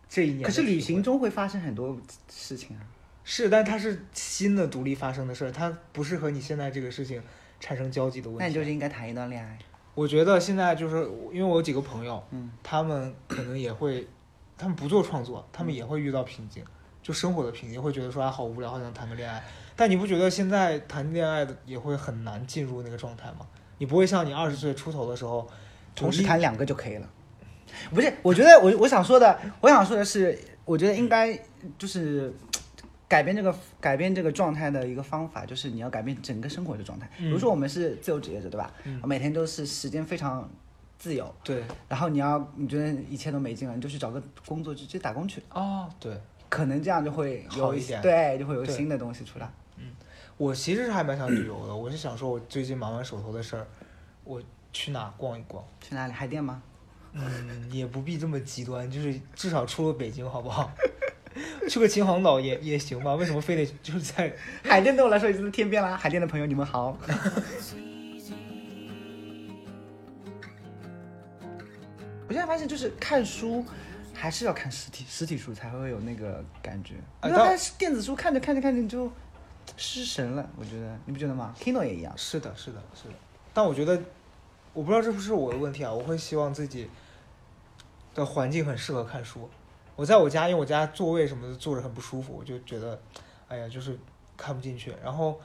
这一年的
可是旅
体
行
会
中会发生很多事情啊。
是，但它是新的独立发生的事儿，它不是和你现在这个事情产生交集的问题。
那你就是应该谈一段恋爱。
我觉得现在就是因为我有几个朋友，
嗯
他们可能也会，他们不做创作，他
嗯
们也会遇到瓶颈，就生活的瓶颈，会觉得说啊好无聊，好想谈个恋爱。但你不觉得现在谈恋爱的也会很难进入那个状态吗？你不会像你二十岁出头的时候，
同时
你
谈两个就可以了。不是，我觉得我我想说的，我想说的是，我觉得应该就是改变这个改变这个状态的一个方法，就是你要改变整个生活的状态。比如说我们是自由职业者，对吧？
嗯
每天都是时间非常自由，
对
然后你要你觉得一切都没劲了，你就去找个工作直接打工去，
哦对，
可能这样就会有
好一
些
点
对，就会有
对
新的东西出来。
我其实是还蛮想旅游的，我是想说我最近忙完手头的事儿，我去哪逛一逛。
去哪里？海淀吗？
嗯，也不必这么极端，就是至少出了北京好不好？ 去个秦皇岛也也行吧？为什么非得就是在
海淀对我来说已经是天边啦。海淀的朋友，你们好。
It's easy.
我现在发现，就是看书还是要看实体实体书才会有那个感觉。
哎
因为
但
它是电子书看着看着看着你就失神了，我觉得你不觉得吗？Kindle 也一样。
是的，是的，是的。但我觉得，我不知道这不是我的问题啊，我会希望自己的环境很适合看书。我在我家，因为我家座位什么的坐着很不舒服，我就觉得，哎呀，就是看不进去。然后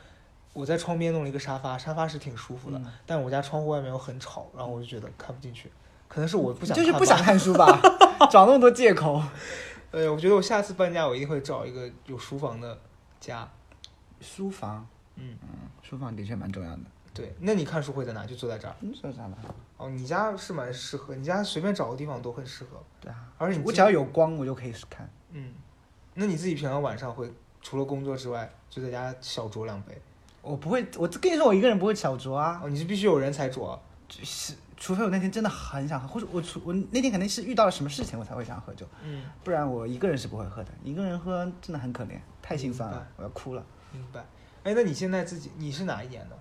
我在窗边弄了一个沙发，沙发是挺舒服的，
嗯
但我家窗户外面又很吵，然后我就觉得看不进去。可能是我不想看吧，
就是不想看 书吧，找那么多借口。
哎呀，我觉得我下次搬家，我一定会找一个有书房的家。
书房，
嗯，
嗯，书房的确蛮重要的。
对，那你看书会在哪？就坐在这儿。
你说啥了？
哦，你家是蛮适合，你家随便找个地方都很适合。
对啊，
而且你
我
自
只要有光，我就可以看。
嗯，那你自己平常晚上会除了工作之外，就在家小酌两杯？
我不会，我跟你说，我一个人不会小酌啊，
哦，你是必须有人才酌啊。
就是除非我那天真的很想喝，或者我除我那天肯定是遇到了什么事情我才会想喝酒，
嗯，
不然我一个人是不会喝的。一个人喝真的很可怜，太心酸
明
了
白，
我要哭了。
明白。哎，那你现在自己你是哪一年的？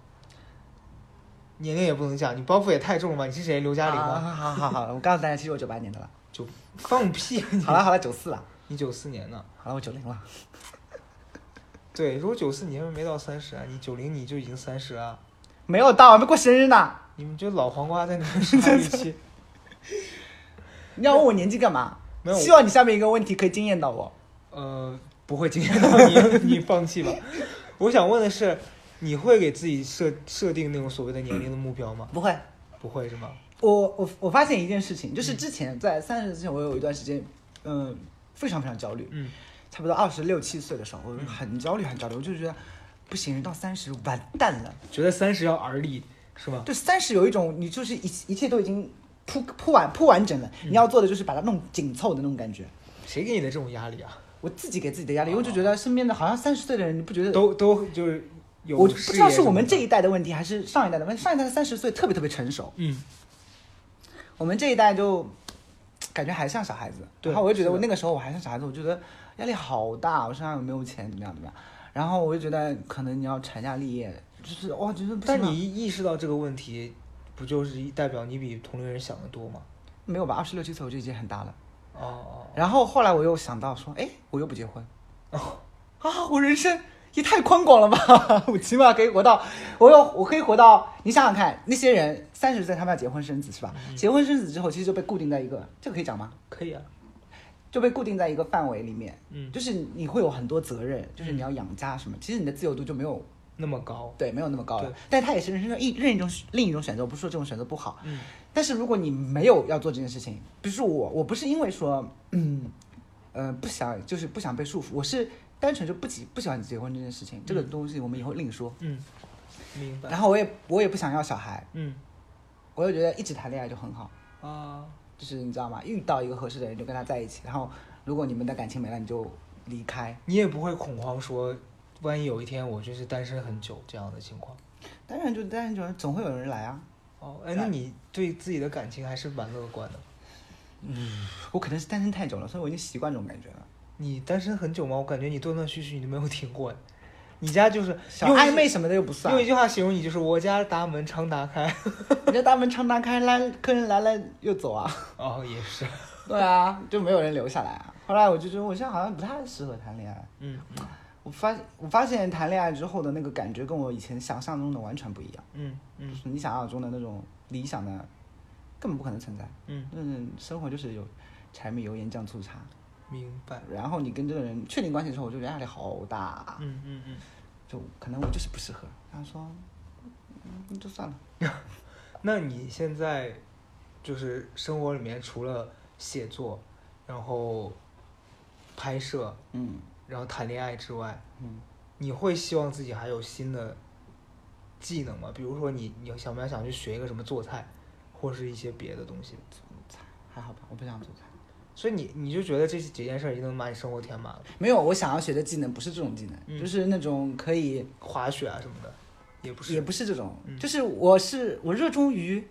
年龄也不能讲，你包袱也太重了吧？你是谁？刘嘉玲
啊
吗？
好好好好，我告诉大家，其实我九八年的 了。
就 放屁！啊你
好了好了，九四了，
你九四年的，
好了我九零了。
对，如果九四年没到三十啊，你九零你就已经三十了。啊
没有到，还没过生日呢。
你们这老黄瓜在那儿啥语气？
你要问我年纪干嘛？
没有
希望你下面一个问题可以惊艳到我。
呃，不会惊艳到你，你放弃吧。 我想问的是，你会给自己设设定那种所谓的年龄的目标吗？
不会，嗯
不会是吗？
我我我发现一件事情，就是之前在三十之前，我有一段时间，嗯、非常非常焦虑，
嗯，
差不多二十六七岁的时候，我很焦虑很焦虑，我就觉得不行，到三十完蛋了。
觉得三十要而立是吗？
对，三十有一种你就是一一切都已经铺铺完铺完整了，你要做的就是把它弄紧凑的那种感觉。
谁给你的这种压力啊？
我自己给自己的压力，我就觉得身边的好像三十岁的人，你不觉得
都都就是有，
我就不知道是我们这一，代的问题，还是上一代的问题。上一代三十岁特别特别成熟，
嗯，
我们这一代就感觉还像小孩子。
对
然后我就觉
是
得我
的
那个时候我还像小孩子，我觉得压力好大，我身上有没有钱，怎么样怎么样。然后我就觉得可能你要成家立业，就是哇，觉得不行
但
啊了
你意识到这个问题，不就是一代表你比同龄人想的多吗？
没有吧？二十六七岁我就已经很大了。
哦
然后后来我又想到说，哎，我又不结婚
哦，
啊，我人生也太宽广了吧！ 我起码可以活到，我又我可以活到，你想想看，那些人三十岁他们要结婚生子是吧？
嗯
结婚生子之后，其实就被固定在一个，这个可以讲吗？
可以啊，
就被固定在一个范围里面，
嗯，
就是你会有很多责任，就是你要养家什么，其实你的自由度就没有
那么高，
对没有那么高
对
了。但它也是人生的一另一种另一种选择，我不是说这种选择不好，
嗯
但是如果你没有要做这件事情，比如说我，我不是因为说，嗯，呃，不想就是不想被束缚，我是单纯就不喜不喜欢结婚这件事情，这个东西我们以后另说。
嗯，明白，
然后我也我也不想要小孩，
嗯
我又觉得一直谈恋爱就很好，
啊，
就是你知道吗？遇到一个合适的人就跟他在一起，然后如果你们的感情没了，你就离开。
你也不会恐慌说，万一有一天我就是单身很久这样的情况。
当然就当然就总会有人来啊，
哦，哎，那你对自己的感情还是蛮乐观的。
我可能是单身太久了，所以我已经习惯这种感觉了。
你单身很久吗？我感觉你断断续续，你都没有停过哎。你家就是
小
用一
暧
句
昧什么的又不算
用，一句话形容你就是我家大门常打开。
你这大门常打开，来客人来了又 走啊。
哦，也是，
对啊， 就没有人留下来啊。后来我就觉得我现在好像不太适合谈恋爱。
嗯
我发我发现谈恋爱之后的那个感觉跟我以前想象中的完全不一样，
嗯
就
嗯
是你想象中的那种理想的根本不可能存在。
嗯，
嗯，生活就是有柴米油盐酱醋茶，
明白。
然后你跟这个人确定关系之后，我就觉得压力好大，啊
嗯嗯嗯。
就可能我就是不适合。然后说，嗯，就算了。
那你现在就是生活里面除了写作，然后拍摄，
嗯
然后谈恋爱之外，
嗯，
你会希望自己还有新的技能吗？比如说你你想不想想去学一个什么做菜，或是一些别的东西？
还好吧，我不想做菜。
所以你你就觉得这几件事已经能把你生活填满了，
没有，我想要学的技能不是这种技能，
嗯
就是那种可以
滑雪啊什么的，也不是，
也不是这种，
嗯
就是我是我热衷于，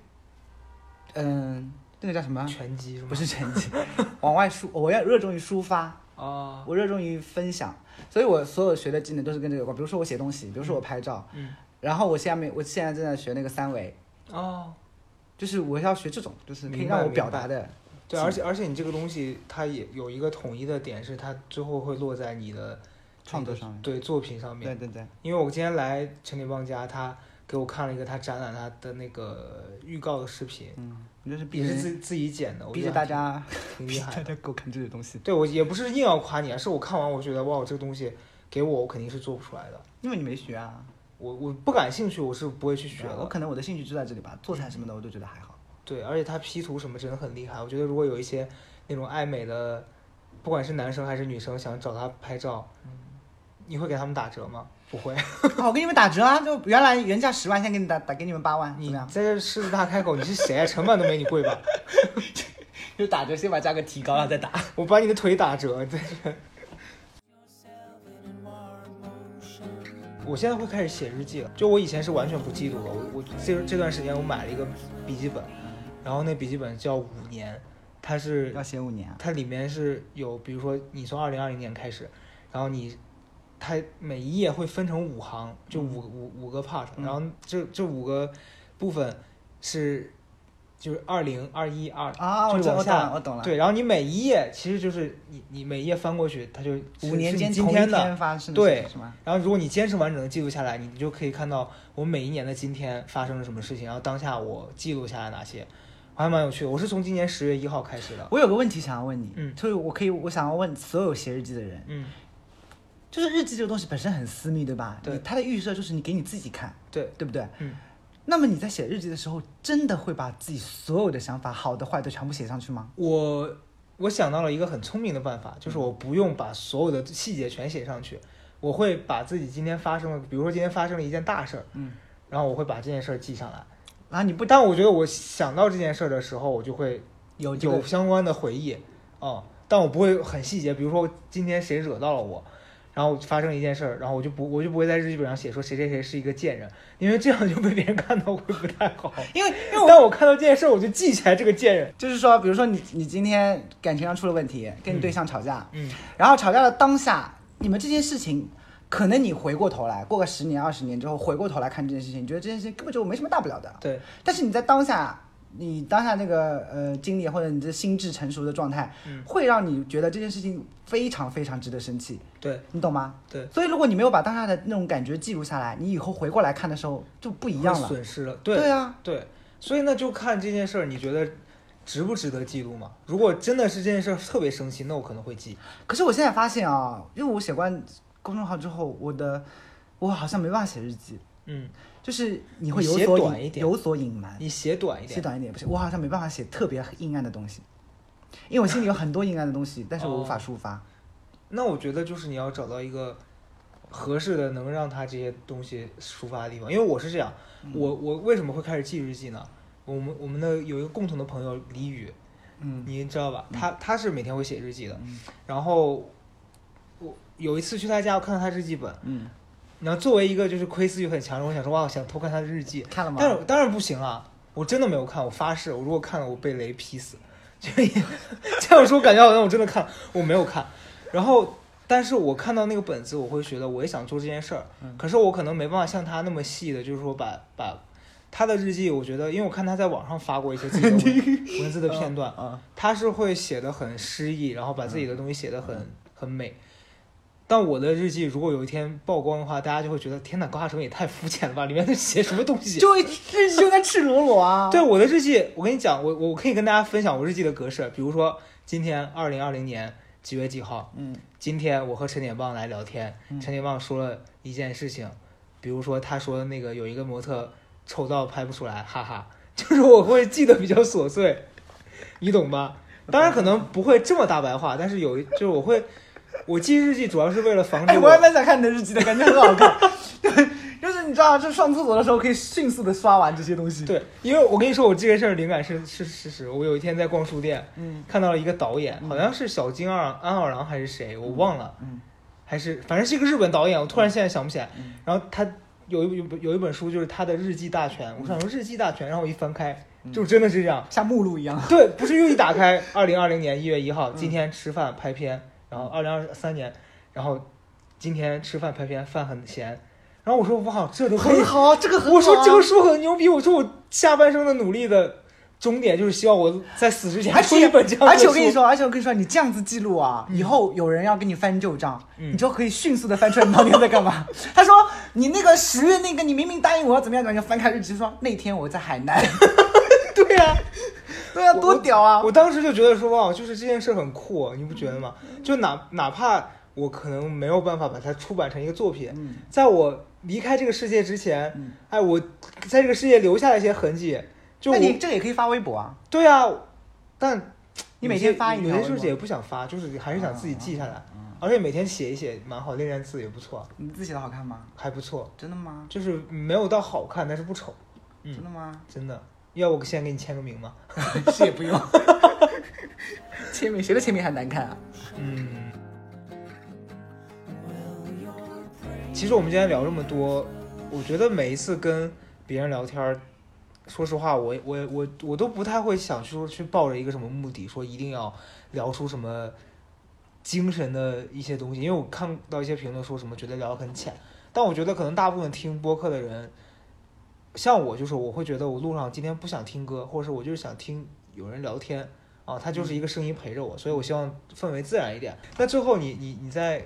嗯、那个叫什么？
拳击是吗？
不是成绩， 往外抒，我要热衷于抒发，
啊，
我热衷于分享，所以我所有学的技能都是跟这个有关。比如说我写东西，比如说我拍照，
嗯，
然后我下面我现在正在学那个三维，
哦，
就是我要学这种，就是可以
明白
让我表达的。
对，
技
而且而且你这个东西它也有一个统一的点，是它最后会落在你的
创作
那个
上面
对作品上面
对。对对，
因为我今天来陈立邦家，他给我看了一个他展览他的那个预告的视频，
嗯，我就是逼
也是
着
自自己剪的，我
逼
觉
着
得
大
还
家，
挺挺
逼
厉
着 大
害的。
家给我看这些东西，
对我也不是硬要夸你啊，是我看完我觉得哇，这个东西给我我肯定是做不出来的，
因为你没学啊。
我我不感兴趣，我是不会去学
对我
的。
可能我的兴趣就在这里吧，做菜什么的我都觉得还好。
对，而且他 P 图什么真的很厉害，我觉得如果有一些那种爱美的，不管是男生还是女生想找他拍照，你会给他们打折吗？不会，
啊，我给你们打折啊！就原来原价十万，现在给你打打给你们八万，怎
你
么样？
在这狮子大开口，你是谁啊？成本都没你贵吧？
就打折，先把价格提高了再打。
我把你的腿打折，对。我现在会开始写日记了，就我以前是完全不记录的。我我这这段时间我买了一个笔记本，然后那笔记本叫五年，它是
要写五年啊，
它里面是有，比如说你从二零二零年开始，然后你，它每一页会分成五行，就五五五个 part，
嗯
然后这这五个部分是就是二零二一二，
啊，我
就
知道
往
我懂
下
了，我懂了，
对，然后你每一页其实就是你你每一页翻过去，它就
五年
是
间
你今
同一
天的，
天发生的
对
事情是吗？
然后如果你坚持完整的记录下来，你就可以看到我每一年的今天发生了什么事情，然后当下我记录下来哪些，还蛮有趣的。我是从今年十月一号开始的，
我有个问题想要问你，
嗯
就是我可以，我想要问所有写日记的人，
嗯，
就是日记这个东西本身很私密，对吧？
对
你它的预设就是你给你自己看，
对，
对不对？
嗯。
那么你在写日记的时候，真的会把自己所有的想法，好的坏的全部写上去吗？
我我想到了一个很聪明的办法，就是我不用把所有的细节全写上去，我会把自己今天发生的，比如说今天发生了一件大事儿，
嗯，
然后我会把这件事儿记上来。
然后你不
但我觉得我想到这件事儿的时候，我就会
有这个
有相关的回忆，嗯，但我不会很细节，比如说今天谁惹到了我，然后发生一件事儿，然后我就不我就不会在日记本上写说谁谁谁是一个贱人，因为这样就被别人看到会不太好。
因为 因为我
但我看到这件事儿，我就记起来这个贱人。
就是说，比如说你你今天感情上出了问题，跟你对象吵架，
嗯
然后吵架的当下，你们这件事情，可能你回过头来，过个十年二十年之后，回过头来看这件事情，你觉得这件事情根本就没什么大不了的。
对，
但是你在当下，你当下那个呃经历或者你的心智成熟的状态，
嗯
会让你觉得这件事情非常非常值得生气，
对
你懂吗？
对，
所以如果你没有把当下的那种感觉记录下来，你以后回过来看的时候就不一样
会
了。
损失了。
对啊，
对，所以那就看这件事儿，你觉得值不值得记录嘛？如果真的是这件事儿特别生气，那我可能会记。
可是我现在发现啊，因为我写关公众号之后，我的我好像没办法写日记，
嗯，
就是你会
你
有
写
所
短一
隐
点
有所隐瞒，
你写短一
写
点。
短一点也不行，我好像没办法写特别阴暗的东西，因为我心里有很多阴暗的东西，但是我无法
哦
抒发。
那我觉得就是你要找到一个合适的能让他这些东西抒发的地方，因为我是这样，
嗯
我我为什么会开始记日记呢？我们我们的有一个共同的朋友李宇，
嗯
你知道吧？他他是每天会写日记的
嗯，
然后我有一次去他家，我看到他日记本，
嗯，
然后作为一个就是窥私欲很强的人，我想说哇，我想偷看他的日记，
看了吗？
但是当然不行啊！我真的没有看，我发誓，我如果看了，我被雷劈死。 就这样说，感觉好像我真的看了，我没有看。然后，但是我看到那个本子，我会觉得我也想做这件事儿，可是我可能没办法像他那么细的，就是说把把他的日记，我觉得，因为我看他在网上发过一些自己的文文字的片 段，
啊，
他是会写的很诗意，然后把自己的东西写的很很美。但我的日记如果有一天曝光的话，大家就会觉得天哪，高大成也太肤浅了吧，里面在写什么东西？
就日记就在赤裸裸啊。
对，我的日记，我跟你讲，我我可以跟大家分享我日记的格式，比如说今天二零二零年几月几号，
嗯
今天我和陈铁棒来聊天，
嗯
陈铁棒说了一件事情，比如说他说那个有一个模特丑到拍不出来，哈哈， 就是我会记得比较琐碎，你懂吧？当然可能不会这么大白话，但是有一就是我会，我记日记主要是为了防止
哎，我还蛮想看你的日记的，感觉很好看。 对，就是你知道，就上厕所的时候可以迅速的刷完这些东西。，
对，因为我跟你说，我这件事儿灵感是是事实。我有一天在逛书店，
嗯
看到了一个导演，
嗯
好像是小津二安二郎还是谁，我忘了，
嗯
还是反正是一个日本导演，我突然现在想不起来
嗯。
然后他有一有有一本书，就是他的日记大全。我
嗯
想说日记大全，然后我一翻开，就真的是 这样。
像目录一样。
对，不是又一打开，二零二零年一月一
嗯
号，今天吃饭拍片，然后二零二三年，然后今天吃饭拍片，饭很咸。然后我说哇，这都可以
很好，这个很好啊。
我说这个书很牛逼，我说我下半生的努力的终点就是希望我在死之前
而
出
且
一本这样的书。
而且我跟你，说，而且我跟你说，你这样子记录啊，以后有人要跟你翻旧账，
嗯
你就可以迅速的翻出来你当天在干嘛。 他说你那个十月那个，你明明答应我要怎么样，然后你就翻开日记说那天我在海 南。
对呀、
对啊，
我
多屌啊！
我当时就觉得说哇，就是这件事很酷，你不觉得吗？就哪哪怕我可能没有办法把它出版成一个作品，
嗯
在我离开这个世界之前，
嗯
哎，我在这个世界留下了一些痕迹。 就
那
我
你这个也可以发微博啊。
对啊，但
你每天
有些
发一条啊
有些
微
就是
博
也不想发，就是还是想自己记下来，而且每天写一写，蛮好，练练字也不错，
你字写的好看吗？
还不错，
真的吗？
就是没有到好看，但是不丑，嗯
真的吗？
真的。要我先给你签个名吗？
是也不用。签名，谁的签名还难看啊？
嗯。其实我们今天聊这么多，我觉得每一次跟别人聊天儿，说实话，我我我我都不太会想说去抱着一个什么目的，说一定要聊出什么精神的一些东西，因为我看到一些评论说什么觉得聊得很浅，但我觉得可能大部分听播客的人，像我就是我会觉得我路上今天不想听歌，或者是我就是想听有人聊天啊，他就是一个声音陪着我，所以我希望氛围自然一点。那最后你你你在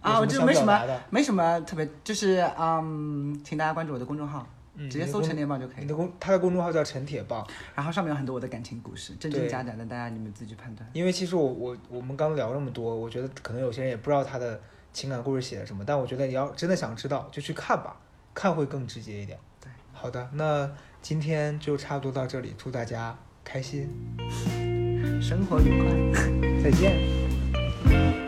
啊，我
就
就没什么没什么特别，就是嗯，请大家关注我的公众号，
嗯，
直接搜“陈
成
年棒”就可以
你
了。
的公他的公众号叫陈铁棒。
然后上面有很多我的感情故事，真真
对
假假的，大家你们自己去判断。
因为其实我我我们刚聊那么多，我觉得可能有些人也不知道他的情感故事写的什么，但我觉得你要真的想知道，就去看吧，看会更直接一点。
对，
好的，那今天就差不多到这里，祝大家开心，
生活愉快。
再见。
Thank